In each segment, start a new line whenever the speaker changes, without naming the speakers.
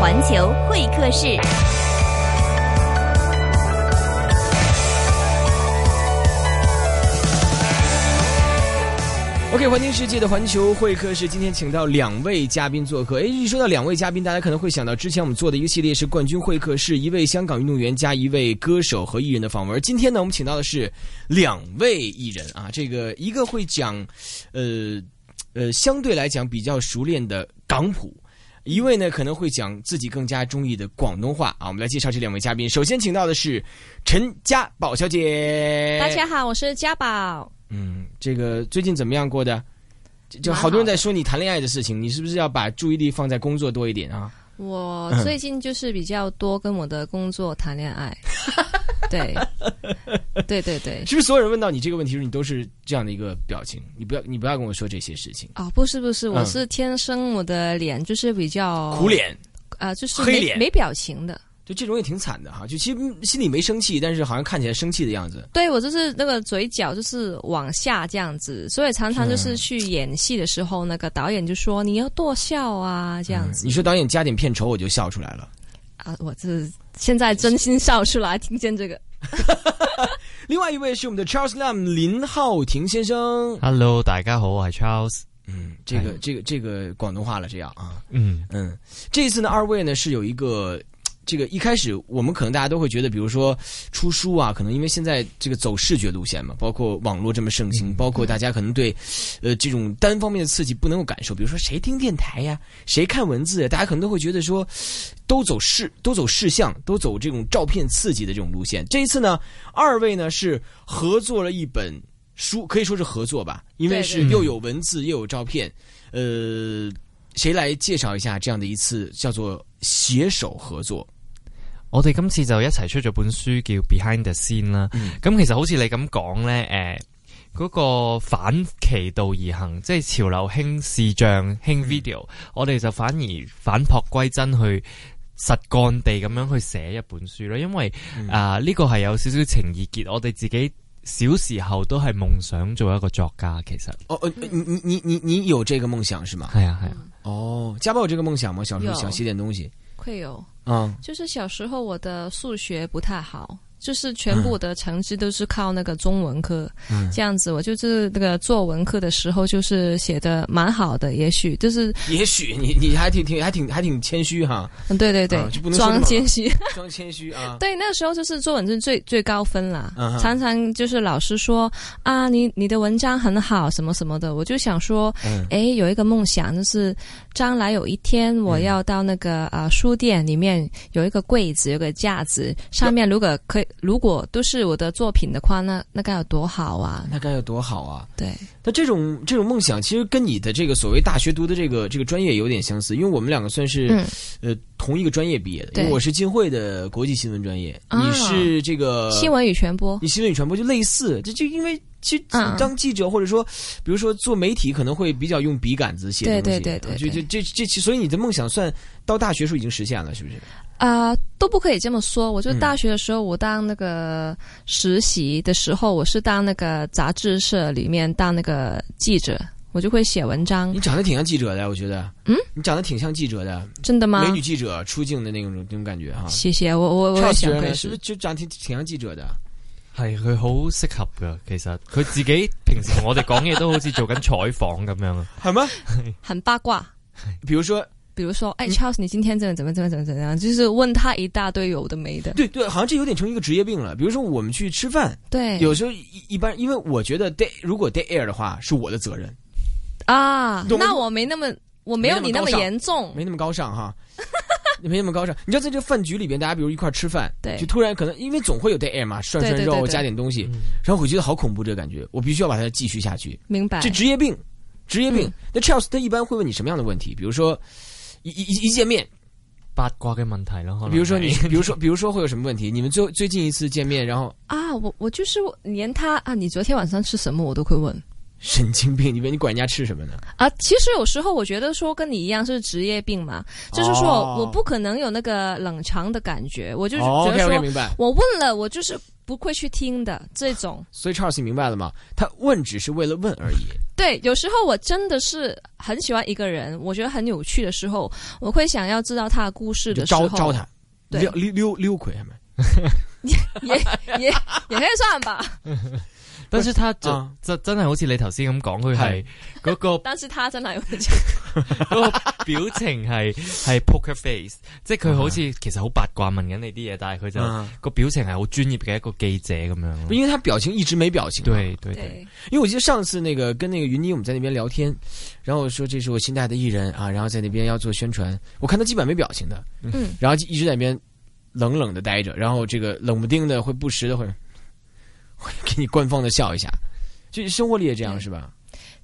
环球会客室。
OK，环听世界的环球会客室今天请到两位嘉宾做客。哎，一说到两位嘉宾，大家可能会想到之前我们做的一个系列是冠军会客室，一位香港运动员加一位歌手和艺人的访问。而今天呢，我们请到的是两位艺人啊，这个一个会讲，呃呃，相对来讲比较熟练的港普，一位呢可能会讲自己更加中意的广东话啊。我们来介绍这两位嘉宾，首先请到的是陈家宝小姐，
大家好，我是家宝。
嗯，这个最近怎么样过的？就就好多人在说你谈恋爱的事情，你是不是要把注意力放在工作多一点啊？
我最近就是比较多跟我的工作谈恋 爱，对，对对对。
是不是所有人问到你这个问题时，你都是这样的一个表情？你不要，你不要跟我说这些事情，
哦，不是不是，我是天生我的脸就是比较
嗯苦脸，
啊、就是
黑
没
脸
没表情的。
就这种也挺惨的哈。就其实心里没生气，但是好像看起来生气的样子。
对我就是那个嘴角就是往下这样子，所以常常
嗯
就是去演戏的时候，那个导演就说你要多笑啊这样子、
嗯你说导演加点片酬，我就笑出来了。嗯
啊，我这现在真心笑出来，听见这个。
另外一位是我们的 Charles Lam 林浩廷先生，
Hello，大家好，我系 Charles。
嗯，这个
哎
这个这个广东话了，这样啊。
嗯，
嗯，这一次呢，二位呢是有一个。这个一开始我们可能大家都会觉得，比如说出书啊，可能因为现在这个走视觉路线嘛，包括网络这么盛
嗯
行，包括大家可能对，呃，这种单方面的刺激不能够感受，比如说谁听电台呀，谁看文字呀，大家可能都会觉得说，都走视都走视像，都走这种照片刺激的这种路线。这一次呢，二位呢是合作了一本书，可以说是合作吧，因为
对
是
对
又有文字又有照片，呃，谁来介绍一下这样的一次叫做携手合作？
我哋今次就一齊出咗本書叫《Behind the Scene》啦。
嗯
咁、其實好似你咁講咧，诶、嗰、個反其道而行，即係潮流興視像、興 video，、我哋就反而反璞歸真去實幹地咁樣去寫一本書啦。因為
嗯
啊，呢個係有少少情意結，我哋自己小時候都係夢想做一個作家，其實
哦，呃，
嗯
你你你你你有这个梦想是吗？
係啊係啊，
哦，家宝有这个梦想吗？小时候
有嗯
想写点东西
会有，
啊、
就是小时候我的数学不太好，就是全部的成绩都是靠那个中文科，
嗯
这样子我就是那个作文课的时候就是写的蛮好的，也许就是
也许你你还挺挺还挺还挺谦虚哈，
嗯对对对，
啊就不能说那么
装谦虚。
装谦虚啊。
对，那个时候就是作文是最最高分啦，
嗯哼
常常就是老师说啊，你你的文章很好，什么什么的，我就想说，
嗯
哎，有一个梦想，就是将来有一天我
嗯
要到那个啊、呃书店里面有一个柜子，有个架子，上面如果可
嗯
以，如果都是我的作品的话，那那该有多好啊！
那该有多好啊！
对，
那这种这种梦想，其实跟你的这个所谓大学读的这个这个专业有点相似，因为我们两个算是、
嗯
呃同一个专业毕业的。
对
因为我是浸会的国际新闻专业，
啊
你是这个
嗯新闻与传播，
你新闻与传播就类似，这就因为其实
嗯
当记者或者说，比如说做媒体，可能会比较用笔杆子写东西，啊
对对对对
就就这这其，所以你的梦想算到大学时候已经实现了，是不是？
啊、都不可以这么说。我就
呃嗯
大学的时候，我当那个实习的时候，我是当那个杂志社里面当那个记者，我就会写文章
你。长得挺像记者的，我觉得，
嗯，
你长得挺像记者的，
真的吗
美？女记者出镜的那种那种感觉哈。
谢谢我，我我也想
觉
会
得是不是
是
就长得挺挺像记者的？
係佢好適合噶。其實佢自己平時同我哋講嘢都好似做緊採訪咁樣啊。
好吗？
很八卦。
比如说，
比如说，哎
嗯
，Charles，你今天怎么怎么怎么怎么怎么样？就是问他一大堆有的没的。
对对，好像这有点成一个职业病了。比如说，我们去吃饭，
对，
有时候一一般，因为我觉得 day 如果 day air 的话，是我的责任。
啊
懂，
那我没那么，我没有
没
你
那
那
么
么
高尚
严重。
没那么高尚哈， 没那么高尚。你知道，在这饭局里边，大家比如一块儿吃饭，
对
就突然可能因为总会有 day air 嘛，涮
对
涮
对
肉
对对
加点东西，然后我觉得好恐怖这个感觉，我必须要把它继续下去。
明白
这。职业病，职业病
哎嗯。
那 Charles 他一般会问你什么样的问题？比如说。一一一一见面，
八卦嘅問題咯，可能
比如说你
係，
比如说，比如说会有什么问题？你们最最近一次见面，然后
啊，我我就是连他啊，你昨天晚上吃什么我都会问。
神经病，你问你管人家吃什么呢？
啊，其实有时候我觉得说跟你一样是职业病嘛，就是说
哦
我不可能有那个冷场的感觉，我就是
哦
觉
，OK
得说
OK，明白。
我问了，我就是不会去听的这种。
所以 Charles 你明白了吗？他问只是为了问而已。
对，有时候我真的是很喜欢一个人，我觉得很有趣的时候，我会想要知道他的故事
就
的时候，
招招他，
对
溜溜溜溜佢系咪？
也也也可以算吧。
但是他就、
啊
真真係好似你頭先咁講，佢係嗰個
但是他真系有
嗰個表情係係 poker face，即係佢好
啊
似其實好八卦問緊你啲嘢，但係佢就
嗯，
個表情係好專業嘅一個記者咁樣咯。
因为他表情一直没表情。
對對對，
对，
因为我记得上次那个跟那个云妮我们在那边聊天，然后我说这是我新带的艺人啊，然后在那边要做宣传，我看他基本没表情的，
嗯，
然后就一直在那边冷冷的待着，然后这个冷不丁的会不时的会会给你官方的笑一下，就生活里也这样
对
是吧？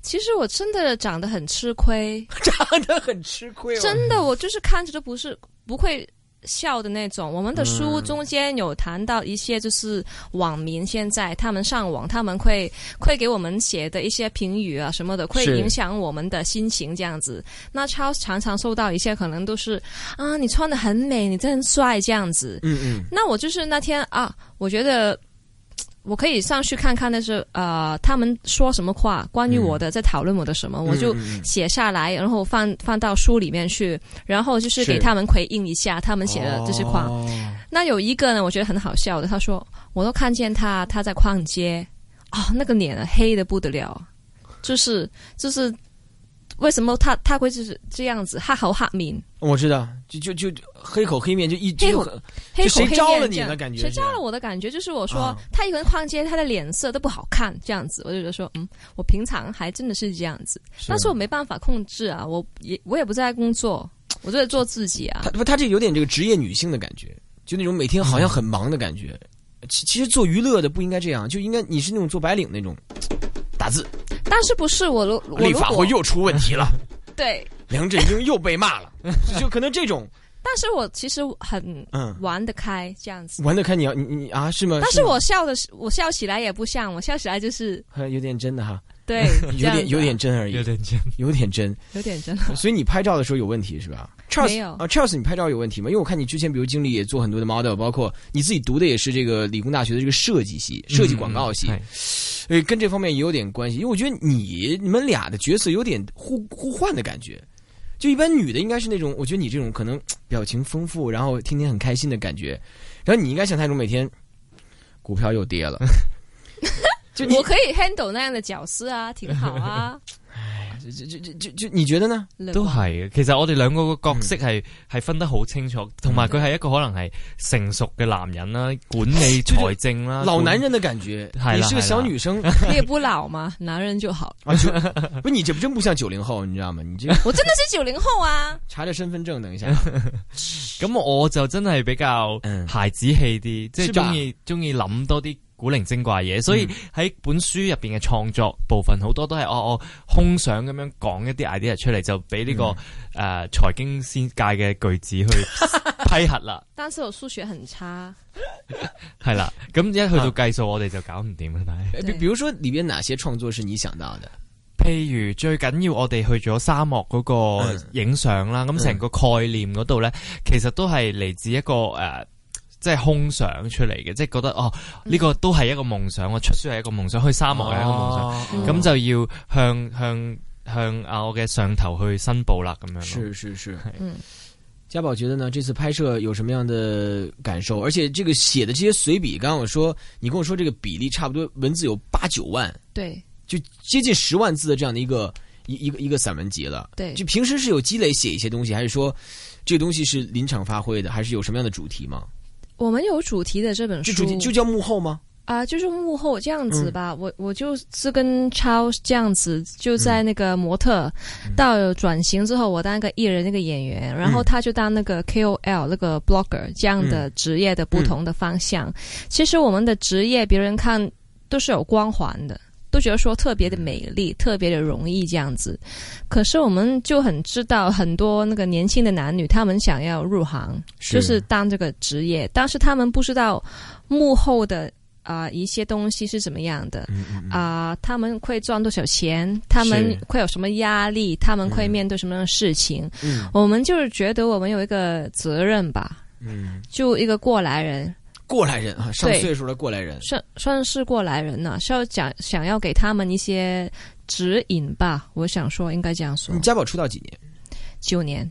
其实我真的长得很吃亏，
长得很吃亏哦
真的，我就是看着都不是不会笑的那种。我们的书
嗯
中间有谈到一些，就是网民现在他们上网，他们会会给我们写的一些评语啊什么的，会
是
影响我们的心情这样子。那超常常收到一些可能都是啊，你穿的很美，你真的很帅这样子。
嗯嗯，
那我就是那天啊，我觉得。我可以上去看看那是呃，他们说什么话，关于我的，在讨论我的什么，我就
嗯嗯嗯
写下来，然后放放到书里面去，然后就是
是
给他们回应一下他们写的这些话。
嗯哦
那有一个呢，我觉得很好笑的，他说我都看见他他在逛街，哦，那个脸啊黑的不得了，就是就是为什么他他会就是这样子，哈口哈面，
我知道，就就就黑口黑面，就一
黑
就
口
很
黑口
谁
黑面
招了你
这样
呢感觉
谁
是
招了我的感觉就是我说、
啊
他一个人逛街，他的脸色都不好看，这样子，我就觉得说，嗯，我平常还真的是这样子，但是我没办法控制啊，我也我也不在工作，我就在做自己啊
他。不，他这有点这个职业女性的感觉，就那种每天
嗯
好像很忙的感觉。其其实做娱乐的不应该这样，就应该你是那种做白领那种，打字。
但是不是我如我
立
如
法
果
会又出问题 了，
对，
梁振英又被骂 了，就就可能这种，
但是我其实很
嗯，
玩得开这样子。
玩得开你要你你啊嗯是吗？
但是
吗
我笑的是，我笑起来也不像，我笑起来就是
还有点真的哈，
对，这
有
样子啊
点有点真而已
有，點像
有点 真。
有点真的。
所以你拍照的时候有问题是吧？Charles
没有
啊，Charles，你拍照有问题吗？因为我看你之前比如经历也做很多的 model，包括你自己读的也是这个理工大学的这个设计系、设计广告系，
嗯係
呃，跟这方面也有点关系，因为我觉得你你们俩的角色有点互互换的感觉。就一般女的应该是那种，我觉得你这种可能表情丰富，然后天天很开心的感觉，然后你应该像她那种每天股票又跌 了，就你
我可以 handle 那样的角色啊，挺好 啊。
就就就就就你觉得呢？
乐
都
观
係嘅，其實我哋兩個個角色
嗯
係係分得好清楚，同埋佢係一個可能係成熟嘅男人啦，管 理
啊就
財政啦，
老
管
男人的感觉，
是啦
你是个
是
小
啦
女 生，
你也不老嘛，男人就好。
啊，就不是你这真不像九零后，你知道吗？你这
我真的是九零后啊，
查查身份证，等一下，
咁我就真係比較
嗯
孩子氣啲，即係
是吧嗯
中意中意諗多啲古靈精怪嘢，所以喺本書入邊嘅創作部分好多都係我我空想咁樣講一啲 idea 出嚟，就俾呢、
嗯
個誒、呃、財經先界嘅句子去 批核啦，
但是我数学很差。
係啦，咁一去到計數我哋就搞唔掂啦，但係。
哎比
对
比如说里边哪些创作是你想到的？
譬如最緊要，我哋去咗沙漠嗰
嗯
個影相啦，咁成、個概念嗰度咧，其實都係嚟自一個诶、呃即係空想出嚟嘅，即係覺得哦，呢、個都係一個夢想，我出書係一個夢想，去沙漠係一個夢想，
哦
嗯
咁、就要向向向啊我嘅上頭去申報啦，咁樣咯。
是哎是是，
嗯，
家宝觉得呢，这次拍摄有什么样的感受？而且这个写的这些随笔，刚刚我说你跟我说这个比例差不多，文字有八九万，
对
就接近十万字的这样的一个一一个一个散文集了。
对
就，平时是有积累写一些东西，还是说这个东西是临场发挥的，还是有什么样的主题吗？
我们有主题的这本
这
书，
主题就叫幕后吗？
啊、就是幕后这样子吧。我我就是跟超这样子，就在那个模特、到转型之后，我当一个艺人那个演员，然后
嗯
他就当那个 KOL 那个 blogger 这样的职业的不同的方向。其实我们的职业，别人看都是有光环的。都觉得说特别的美丽，特别的容易这样子，可是我们就很知道很多那个年轻的男女，他们想要入行，就是当这个职业，但是他们不知道幕后的啊、一些东西是怎么样的
嗯嗯嗯
啊、他们会赚多少钱，他们
是
会有什么压力，他们会面对什么样的事情。
嗯
我们就是觉得我们有一个责任吧，
嗯，
就一个过来人，
过来人啊，上
对
岁数的过来人，
算算是过来人了、是要讲想要给他们一些指引吧。我想说，应该这样说
你，家宝出道几年？
九年，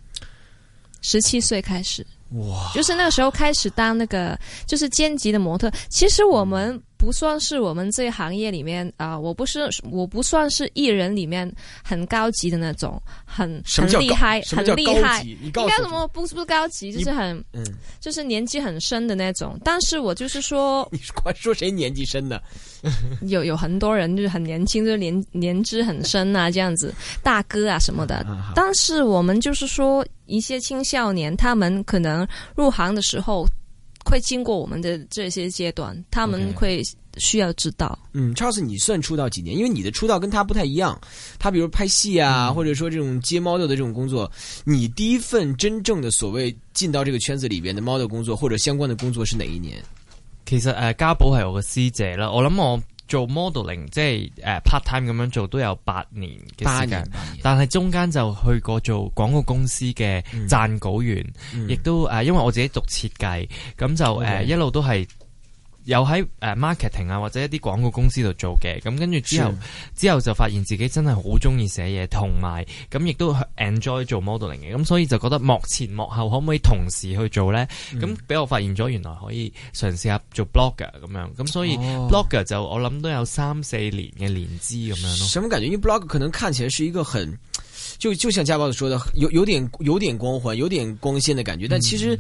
十七岁开始，
哇，
就是那个时候开始当那个就是兼职的模特。其实我们不算是我们这个行业里面啊、我不是我不算是艺人里面很高级的那种，很
什
很
么叫
厉
高
害，
什么
很
叫
厉
高
害。
级？你告
应
诉我
该怎，么不是不高级，就
你
是很
嗯，
就是年纪很深的那种。但是我就是说，
你管说谁年纪深呢？
有有很多人就是很年轻，就是年年资很深啊，这样子大哥啊什么的。
啊，
但是我们就是说，一些青少年他们可能入行的时候会经过我们的这些阶段，他们
OK
会需要知道。
嗯，Charles，你算出道几年？因为你的出道跟他不太一样，他比如拍戏啊，或者说这种接 model 的这种工作，你第一份真正的所谓进到这个圈子里边的 model 工作或者相关的工作是哪一年？
其實誒、呃家寶係我嘅師姐啦，我諗我做 modeling 即係誒、呃 part time 咁樣做都有八年嘅
八
時
年
間，，但係中間就去過做廣告公司嘅
嗯
撰稿員，亦、都誒、呃因為我自己讀設計，咁就誒、呃
OK
一路都係。有喺誒 marketing 啊，或者一啲廣告公司度做嘅，咁跟住之後
是
之後就發現自己真係好中意寫嘢，同埋咁亦都 enjoy 做 modeling 嘅，咁所以就覺得幕前幕後可唔可以同時去做呢？
嗯
咁俾、我發現咗，原來可以嘗試下做 blogger 咁樣，咁所以
哦
blogger 就我諗都有三四年嘅年資咁樣咯。
什么感觉？因为 blog 可能看起来是一个很，就就像家宝所说的，有有点有点光环，有点光鲜的感觉，但其
嗯
实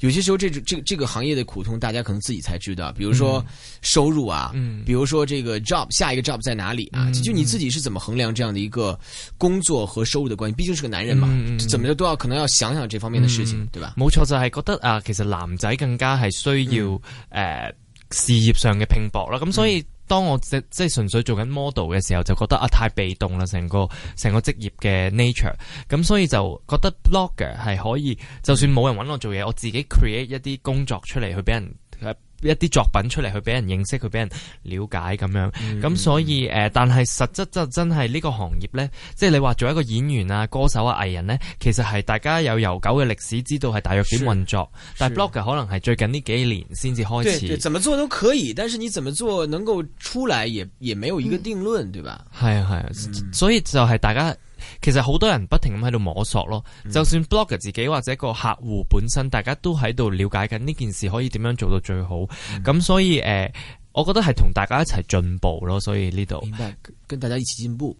有些时候这种这这个行业的苦痛，大家可能自己才知道。比如说收入啊，
嗯
比如说这个 job 下一个 job 在哪里啊，
嗯
就就你自己是怎么衡量这样的一个工作和收入的关系？毕竟是个男人嘛，
嗯嗯嗯
怎么着都要可能要想想这方面的事情，
嗯
对吧？
冇錯，就係、覺得啊，其實男仔更加係需要誒、呃事業上嘅拼搏啦。咁所以當我即即係純粹做緊 model 嘅時候，就覺得啊太被動啦，成個成個職業嘅 nature。咁所以就覺得 blogger 係可以，就算冇人揾我做嘢，我自己 create 一啲工作出嚟去俾人。呃一啲作品出嚟，去俾人認識，去俾人了解咁樣，咁、
嗯
所以誒、呃但係實質就真係呢個行業呢，即係你話做一個演員啊、歌手啊、藝人呢，其實係大家有悠久嘅歷史，知道係大約點
是
運作。但
嗯
係
是
blogger 可能係最近呢幾年先至開
对对，
始，
怎么做都可以，但是你怎么做能够出来也也没有一
嗯
个定论，对吧？
係啊係啊，
嗯
所以就係大家。其實好多人不停咁喺度摸索咯，
嗯
就算 blogger 自己或者個客戶本身，大家都喺度了解緊呢件事可以點樣做到最好。
嗯
咁、所以誒、呃我覺得係同大家一齊進步咯，所以呢度。
明白，跟大家一起进步。